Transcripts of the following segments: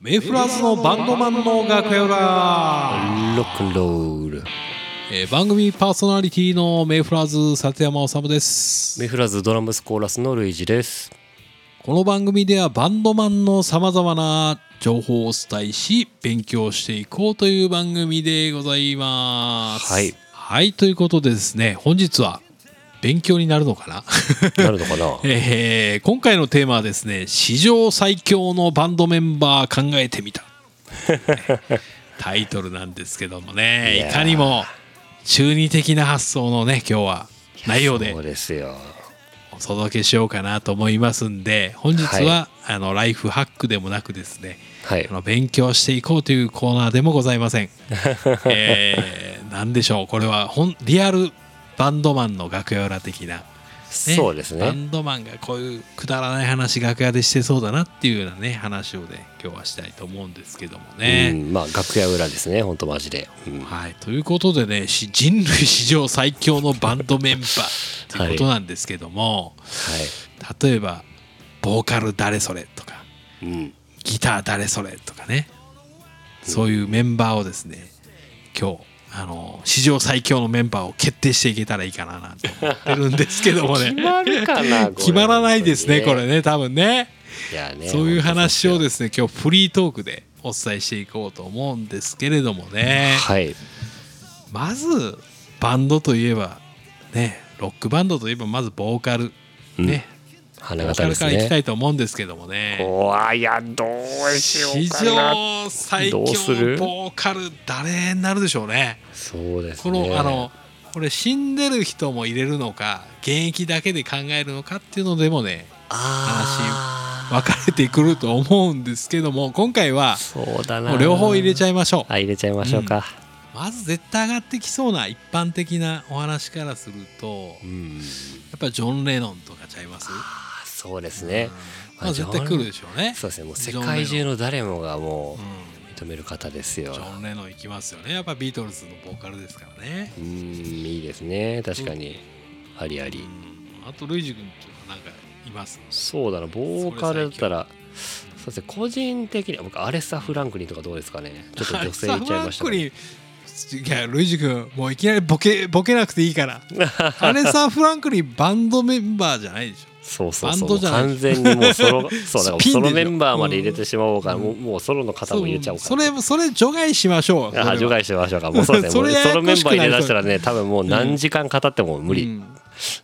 メイフラーズのバンドマンの楽屋裏、ロックンロールえー番組パーソナリティのメイフラーズ里山治ですメフラーズドラムスコーラスのルイジですこの番組ではバンドマンのさまざまな情報をお伝えし勉強していこうという番組でございますはい、はい、ということでですね本日は勉強になるのかななるのかなえー今回のテーマはですね史上最強のバンドメンバー考えてみ たタイトルなんですけどもねいいやーかにも中二的な発想のね今日は 内容でそうですよお届けしようかなと思いますんで本日は、あのライフハックでもなくですねはいあの勉強していこうというコーナーでもございま せん。えー、なんでしょうこれはほんリアルバンドマンの楽屋裏的な。ねそうですバねンドマンがこういうくだらない話楽屋でしてそうだなっていうようなね話をね今日はしたいと思うんですけどもうね。んまあ楽屋裏ですねほんとマジで、うんはい、ということでねし人類史上最強のバンドメンバーということなんですけども、は例えばボーカル誰それとかい、うん、ギター誰それとかねそういうメンバーをですね今日あの史上最強のメンバーを決定していけたらいいかななんて思ってるんですけどもね 決まるかなこれ決まらないですねこ本当れにね多分ねいやねそういう話を本ですね今日フリートークでお伝えしていこうと思うんですけれども当ねですよはいまずバンドといえばねロックバンドといえばまずボーカルね、花ボー形カでルすからいきたねいと思うんですけどもねうわいやどうしよ史うかな上最強どうするボーカル誰になるでしょうねそうですこねの、あのこれ死んでる人も入れるのか現役だけで考えるのかっていうのでもねあー分かれてくると思うんですけども今回はそうだもなう両方入れちゃゃいましょうあ入れちゃいましょうかまず絶対上がってきそうな一般的なお話からするとやうんっぱジョン・レノンとかちゃいますあそうですね、まあジョ絶ン対来るでしょうねそうですねもう世界中の誰もがもう認める方ですよジョン・レノン行きますよねやっぱビートルズのボーカルですからねうんいいですね確かに、ありありうんあとルイジ君とかなんかいますそうだなボーカルだったらそうですね個人的には僕アレサ・フランクリンとかどうですかねちょっと女性いっちゃいましたねアレサフランクリンいやルイジ君もういきなりボケ ボケなくていいからアレサ・フランクリンバンドメンバーじゃないでしょそうそうバンそドうじゃない完全にもうソロ そうだからスピンでソロメンバーまで入れてしまおうから、うんもうもうソロの方も入れちゃおうかそれそれ除外しましょうそれはあ除外しましょうかもうそうですねそれもうソロメンバー入ややれだこししくたならね多分もう何時間語っても無理、うん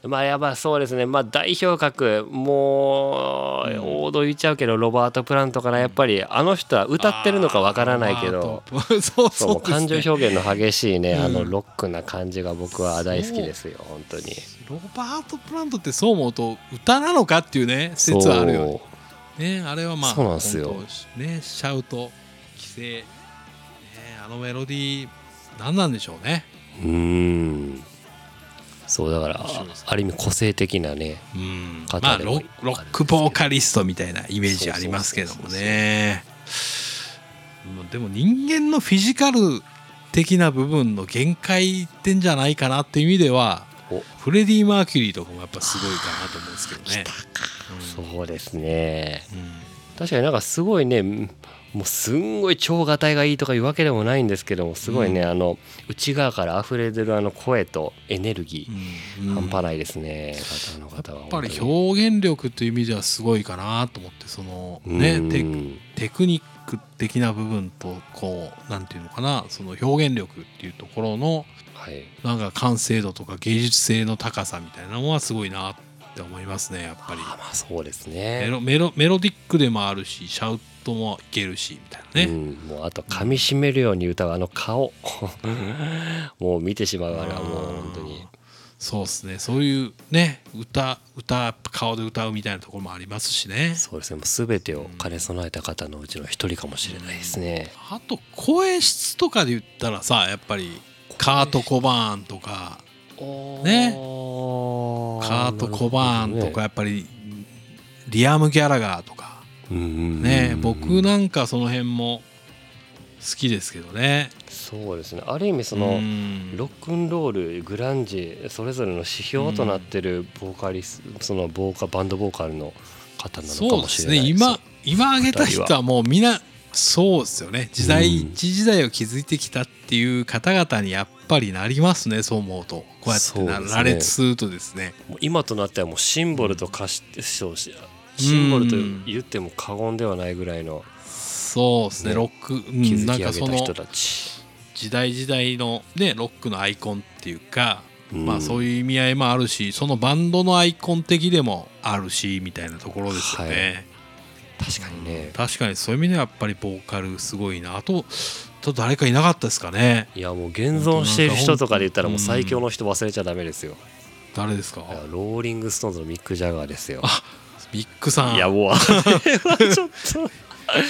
まあやばそうですねまあ代表格もう王道言っちゃうけどロバート・プラントからやっぱりあの人は歌ってるのかわからないけどあートップ そうそうそう感情ですね表現の激しいね、うんあのロックな感じが僕は大好きですよ本当にロバート・プラントってそう思うと歌なのかっていうね説はあるよねそうねあれはまあそうなんですよ本当ねシャウト規制、ね、あのメロディー何なんでしょうねうーんそうだから面白いですねある意味個性的なねうん方まあでロもッロックボーカリストみたいなイメージありますけどもねもうでも人間のフィジカル的な部分の限界ってんじゃないかなっていう意味ではおフレディ・マーキュリーとかもやっぱすごいかなと思うんですけどね。そうですねうん確かになんかすごいねもうすんごい超がたいがいいとかいうわけでもないんですけどもすごいね、あの内側から溢れ出るあの声とエネルギうんー、半や端ないですね方の方はっぱり表表現力という意味ではすごいかなと思ってそのねテテクニック的な部分とこうなんていうのかなその表現力っていうところのはいなんか完成度とか芸術性の高さみたいなのはすごいなって思いますねやっぱりあまあそうですメねロメロメロディックでもあるしシャウトもいけるしみたいなうね、ん、もうあと噛みしめるように歌うあの顔もう見てしまうあれはもう本当にそうですねそういうね歌歌顔で歌うみたいなところもありますしねそうですねもう全てを兼ね備えた方のうちの一人かもしれないですね、あと声質とかで言ったらさやっぱりカート・コバーンとかねカート・コバーンとかやっぱりリアム・ギャラガーとかねね僕なんかその辺も好きですけどねそうですねある意味その、うんロックンロールグランジそれぞれの指標となってるボーカリス、そのボーカバンドボーカルの方なのかそうもでしすれなねい今今挙げた人はもうみんなそうですよね時代、一時代を築いてきたっていう方々にやっぱりなりますねそう思うとこうやってなそうですね羅列するとですねもう今となってはもうシンボルと化してそうしシンボルと言っても過言ではないぐらいのそうですねねロック、うん築きな上んげたかその人たち、時代時代のねロックのアイコンっていうか、うんまあそういう意味合いもあるしそのバンドのアイコン的でもあるしみたいなところですよね、確かにね確かにそういう意味ではやっぱりボーカルすごいなあとと誰かいなかったですかねいやもう現存している人とかで言ったらもう最強の人忘れちゃダメですよ、誰ですかいやローリング・ストーンズのミック・ジャガーですよビッグさんいやもうあれはちょっとビ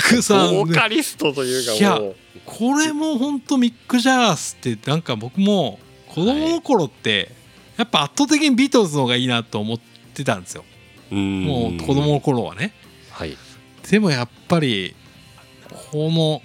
ッグさんボーカリストといういかやもうこれも本当ミック・ジャガースってなんか僕も子供の頃ってやっぱ圧倒的にビートルズの方がいいなと思ってたんですよももう子供の頃はねはいでもやっぱりこの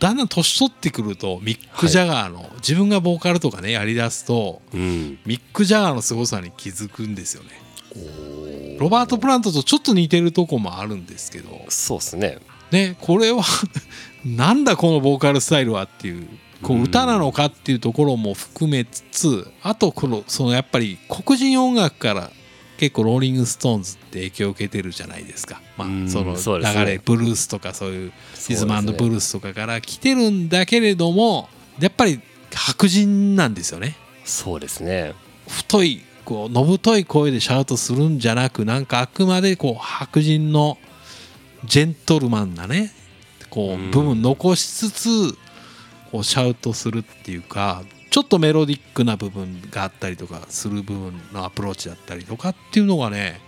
だんだん年取ってくるとミック・ジャガーの、自分がボーカルとかねやりだすとうんミック・ジャガーの凄さに気づくんですよねおーロバート・プラントとちょっと似てるとこもあるんですけどそうですねねこれは なんだこのボーカルスタイルはっていうこううん歌なのかっていうところも含めつつあとこのそのやっぱり黒人音楽から結構ローリング・ストーンズって影響を受けてるじゃないですか、まうんあ、そのそうです流ねれブルースとかそういうリズムそうですブねルースとかから来てるんだけれどもやっぱり白人なんですよねそうですね太いこうのぶとい声でシャウトするんじゃなくなんかあくまでこう白人のジェントルマンなねこうんう部分残しつつこうシャウトするっていうかちょっとメロディックな部分があったりとかする部分のアプローチだったりとかっていうのがね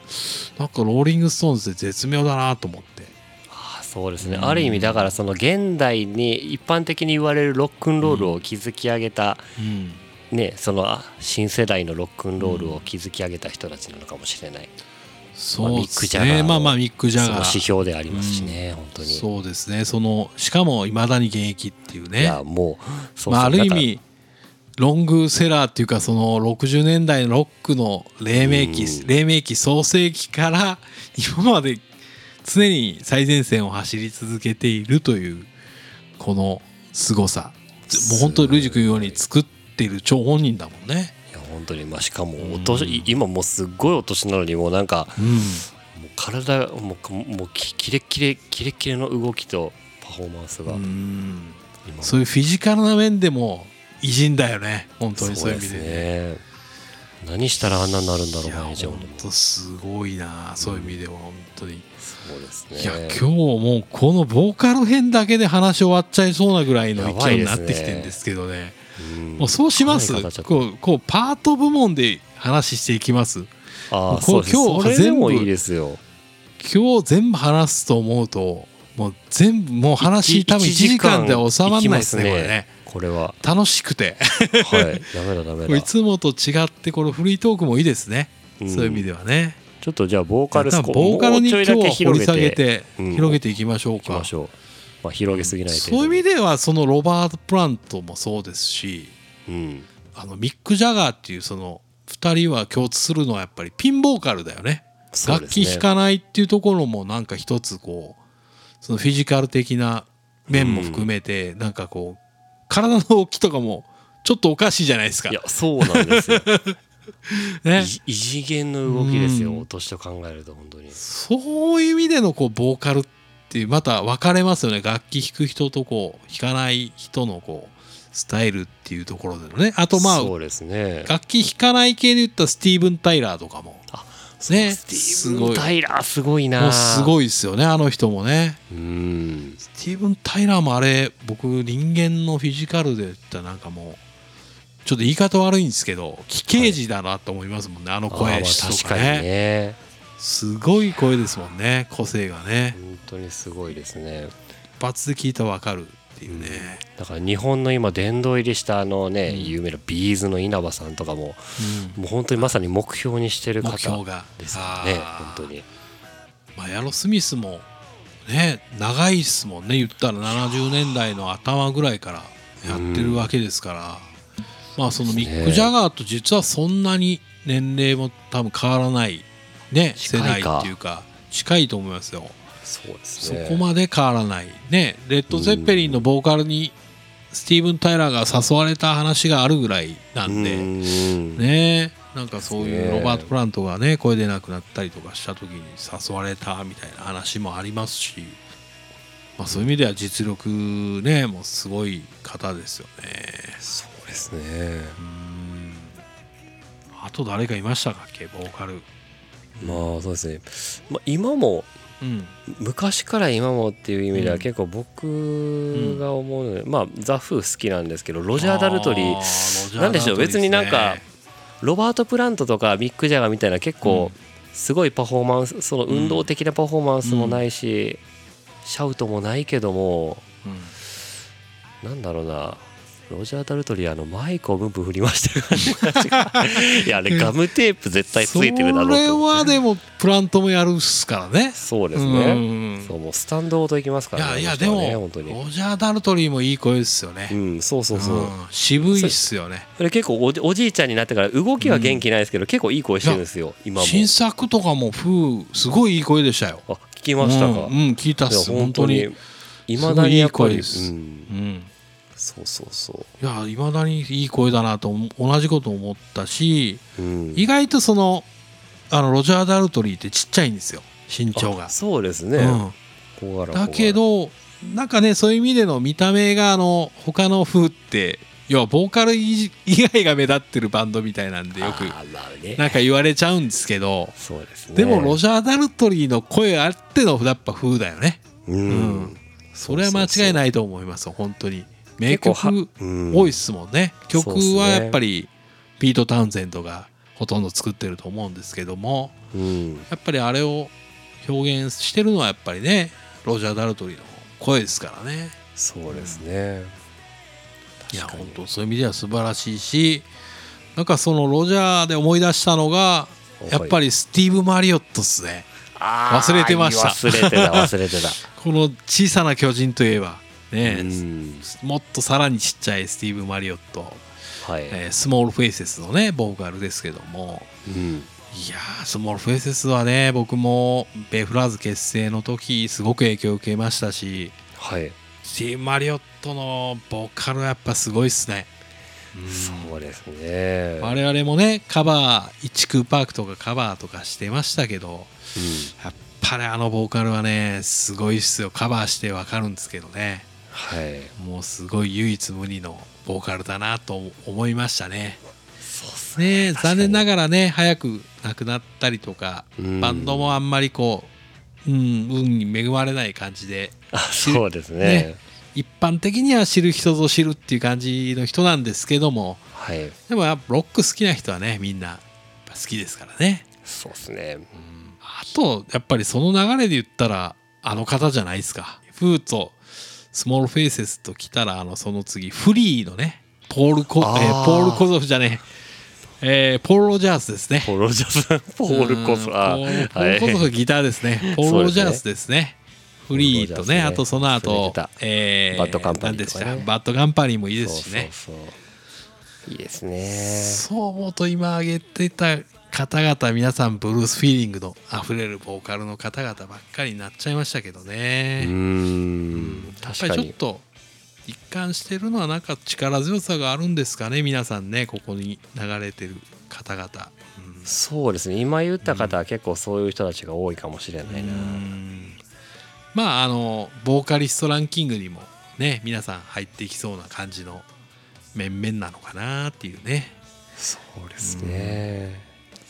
なんかローリング・ストーンズで絶妙だなと思ってあーそうですね、うんある意味だからその現代に一般的に言われるロックンロールを築き上げた、うんねそのあ新世代のロックンロールを築き上げた人たちなのかもしれない、そうですまあミックジャガーねのまあまあミック・ジャそのガ指ー標でありますしね、本当にそうですねそのしかもいまだに現役っていうねいやもうそうそうまあ、あるだ意から味ロングセラーっていうかその60年代のロックの黎明期うん黎明期創世期から 今まで常に最前線を走り続けているというこの凄さもう本当にルイジ君言うように作ってる張本人だもんね。いや本当にまあしかもお年、い今もうすっごいお年なのにもうなんかうん、もう体もうもうきキレッキレキレッキレの動きとパフォーマンスがうん今、そういうフィジカルな面でも偉人だよね本当にそそうういうで意味すでね。ね何したらあんなになるんだろいうやマネージャー本も当すごいなそういう意味では本当に。そうですねいや今日もうこのボーカル編だけで話終わっちゃいそうなぐらいのやば勢いいにでなすねってきてるんですけどねうんもうそうしますかなり語っちゃったこうこうパート部門で話していきますあこあそうです今日それでも全部いいですよ今日全部話すと思うともう全部もう話多分1時間では収まらないですねいきこまれねこれは楽しくてはいダメだダ メこれいだつもと違ってこのフリートークもいいですね、うんそういう意味ではねちょっとじゃあボーカルだスからコボーカルに今日は掘り下げいてうん広げていきましょうきか、ましょうまあ広げすぎないそういう意味ではそのロバート・プラントもそうですし味うんあのミック・ジャガーっていうその2人は共通するのはやっぱりピンボーカルだよねそう楽ですね器弾かないっていうところもなんか一つこうそのフィジカル的な面も含めてなんかこう体の動きとかもちょっとおかしいじゃないですかいや。そうなんですよね、異異次元の動きですようん落としと考えると本当にそういう意味でのこうボーカルっていうまた分かれますよね楽器弾く人とこう弾かない人のこうスタイルっていうところでのねあとまあそうですね楽器弾かない系で言ったらスティーブン・タイラーとかもねスすティーブごン・いタイラーすごいなもうすいごいですよねあの人もねうんスティーブン・タイラーもあれ僕人間のフィジカルで言ったらなんかもうちょっと言い方悪いんですけど奇形児だなと思いますもんね、あのあー声まあ質と確かかねにねすごい声ですもんね個性がね本当にすごいですね一発で聞いたら分かるっていうね、だから日本の今殿堂入りしたあのね、うん有名なビーズの稲葉さんとかもうんもう本当にまさに目標にしてる方目標がですよねあ本ー当にまあ、ヤロスミスもね長いですもんね言ったら70年代の頭ぐらいからやってるわけですから、まあそのミック・ジャガーと実はそんなに年齢も多分変わらないね世近代いかっていうか近いと思いますよそうですそねこまで変わらないねレッド・ゼッペリンのボーカルにスティーブン・タイラーが誘われた話があるぐらいなんで、うんねなんかそういでうすねロバート・プラントがね声出なくなったりとかした時に誘われたみたいな話もありますし、まあ、そういう意味では実力ねもうすごい方ですよねそうですねうんあと誰かいましたかっけボーカルまあそうですね、まあ、今もうん昔から今もっていう意味でうはん結構僕が思うので、まあザ・フー好きなんですけどロジャー・ダルトリーあーなんでしょう別になんかロバート・プラントとかミック・ジャガーみたいな結構すごいパフォーマンスその運動的なパフォーマンスもないし、シャウトもないけどもなんだろうなロジャー・ダルトリーあのマイクをブンブン振りましたよね いやあれガムテープ絶対ついてるだろうそれと思ってはでもプラントもやるっすからねそうですね、うんそうもうスタンドごといきますかいらやねいやこので人もはね本当にロジャー・ダルトリーもいい声ですよね、うんそうそうそう、ん渋いっすよねそれ結構おじおじいちゃんになってから動きは元気ないですけど、結構いい声してるんですよ今も新作とかも風すごいいい声でしたよあ聞きましたか、うん、うん聞いたっいやす本当にいまだにやっぱすごいいい声りですうんうんそうそうそいやいまだにいい声だなと思同じこと思ったしう、うん意外とそのあのロジャー・ダルトリーってちっちゃいんですよ身長があ、そうですね、うん小柄小柄だけどなんかねそういう意味での見た目があの他の風って要はボーカル以以外が目立ってるバンドみたいなんでよくあーまあねなんか言われちゃうんですけどそうですねでもロジャー・ダルトリーの声あってのやっぱ風だよねうん、うんそれは間違いないと思います本当に名曲結構はうん多いっすもんね曲そうっすねはやっぱりピート・タウンゼントがほとんど作ってると思うんですけどもうんやっぱりあれを表現してるのはやっぱりねロジャー・ダルトリーの声ですからねそうですね、いや確かに本当そういう意味では素晴らしいしなんかそのロジャーで思い出したのがはいやっぱりスティーブ・マリオットっすねあー忘れてました忘れてた忘れ てた、この小さな巨人といえばね、うんもっとさらにちっちゃいスティーブ・マリオット、はい、えースモールフェイセスのねボーカルですけどもうんいやースモールフェイセスはね僕もベフラーズ結成の時すごく影響を受けましたしはいスティーブ・マリオットのボーカルはやっぱすごいっすね、うんそうですね。我々もねカバー一空パークとかカバーとかしてましたけどうんやっぱりあのボーカルはねすごいっすよカバーしてわかるんですけどねはい。もうすごい唯一無二のボーカルだなと思いましたねそうっすね確か残に念ながらね早く亡くなったりとかうんバンドもあんまりこう、うん、運に恵まれない感じであ、そうですね。ね一般的には知る人ぞ知るっていう感じの人なんですけどもはい。でもやっぱロック好きな人はねみんなやっぱ好きですからねそうですね。あとやっぱりその流れで言ったらあの方じゃないですかフーとスモールフェイセスと来たらあのその次フリーのねポールコあーえーポールコゾフじゃねえ、えーポール・ロジャースですねポロジャさん、ポールコうんス、ポあ、ールポールコゾフギターですねポール・ロジャースですねフリーとポールロジャースねねあとその忘れ後てたえーバッドカンパニーとかね何でしたバッドカンパニーもいいですしねそうそうそう。いいですね。そう思うと今挙げてた方々皆さんブルースフィーリングのあふれるボーカルの方々ばっかりになっちゃいましたけどうね、ーやん。っ確ぱりかちょっに。と一貫してるのはなんか力強さがあるんですかね皆さんねここに流れてる方々、うんそうですね。今言った方は結構そういう人たちが多いかもしれないな。まああのボーカリストランキングにもね皆さん入っていきそうな感じの面々なのかなっていうねそうですね。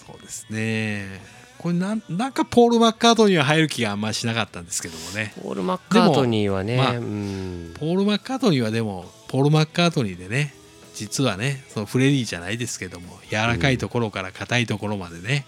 そうですね。これなんなんかポール・マッカートニーは入る気があんまりしなかったんですけどもね。ポール・マッカートニーはね、でもまあうん。ポール・マッカートニーはでもポール・マッカートニーでね実はねそのフレディじゃないですけども柔らかいところから硬いところまでね、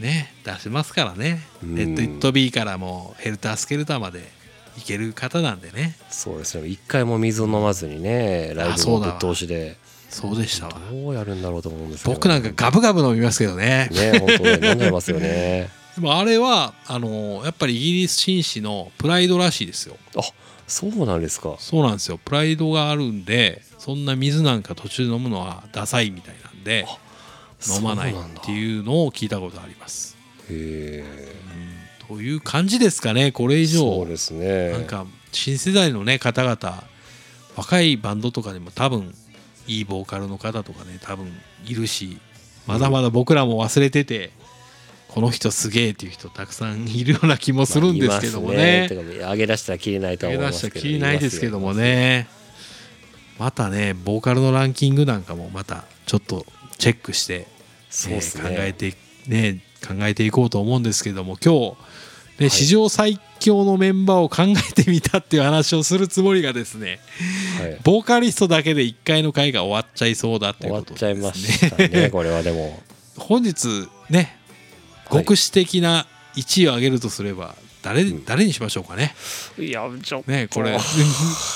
ね出しますからね「うんレッド・イット・ビー」からもうヘルター・スケルターまでいける方なんでねそうですね。一回も水を飲まずにね、ライあブそうのだぶわっ通しで。そうでしたわどうやるんだろうと思うんですけど僕なんかガブガブ飲みますけどねね本当ね飲んじゃいますよねでもあれはあのやっぱりイギリス紳士のプライドらしいですよあそうなんですかそうなんですよプライドがあるんでそんな水なんか途中で飲むのはダサいみたいなんで飲まないってうへいうのを聞いたことありますえうんだそういう感じですかねこれ以そう上ですねなんか新世代のね方々若いバンドとかでも多分いいボーカルの方とかね多分いるしまだまだ僕らも忘れてて、この人すげえっていう人たくさんいるような気もするんですけどもね。まあいますてか上げ出したら切れないとは手思いま出しすたけどきりないですけどもねまたねボーカルのランキングなんかもまたちょっとチェックして、そうですね、えー考えてね考えていこうと思うんですけども今日、ね史上最強のメンバーを考えてみたっていう話をするつもりがですねはいボーカリストだけで1回の回が終わっちゃいそうだとい終うわっことちゃいまですねした ねこれはでも本日ねはい極視的な1位を上げるとすれば誰,、うん誰にしましょうかねいやちょっとねこれ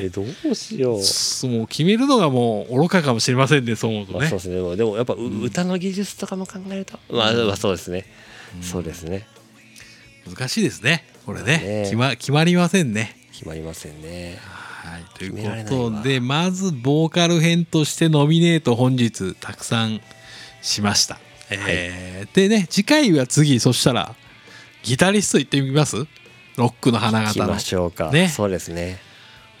えどうしようそうもう決めるのがもう愚かかもしれませんねそう思うとまあ、ねそうですねでもでもやっぱう、ん歌の技術とかも考えると、まあ、まあそうですね、うんそうですね難しいですねこれねね決ま決まりませんね決まりませんねはいとい決められうないこわとでまずボーカル編としてノミネート本日たくさんしました、えーでね次回は次そしたらギタリスト行ってみますロックの花聞き形のましょうか、ねそうですね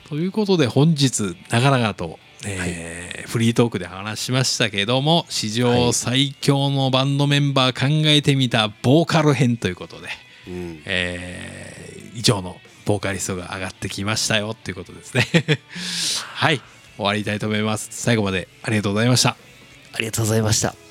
ということで本日長々と、えーフリートークで話しましたけども史上最強のバンドメンバー考えてみたボーカル編ということで、うんえー以上のボーカリストが上がってきましたよということですね はい終わりたいと思います最後までありがとうございましたありがとうございました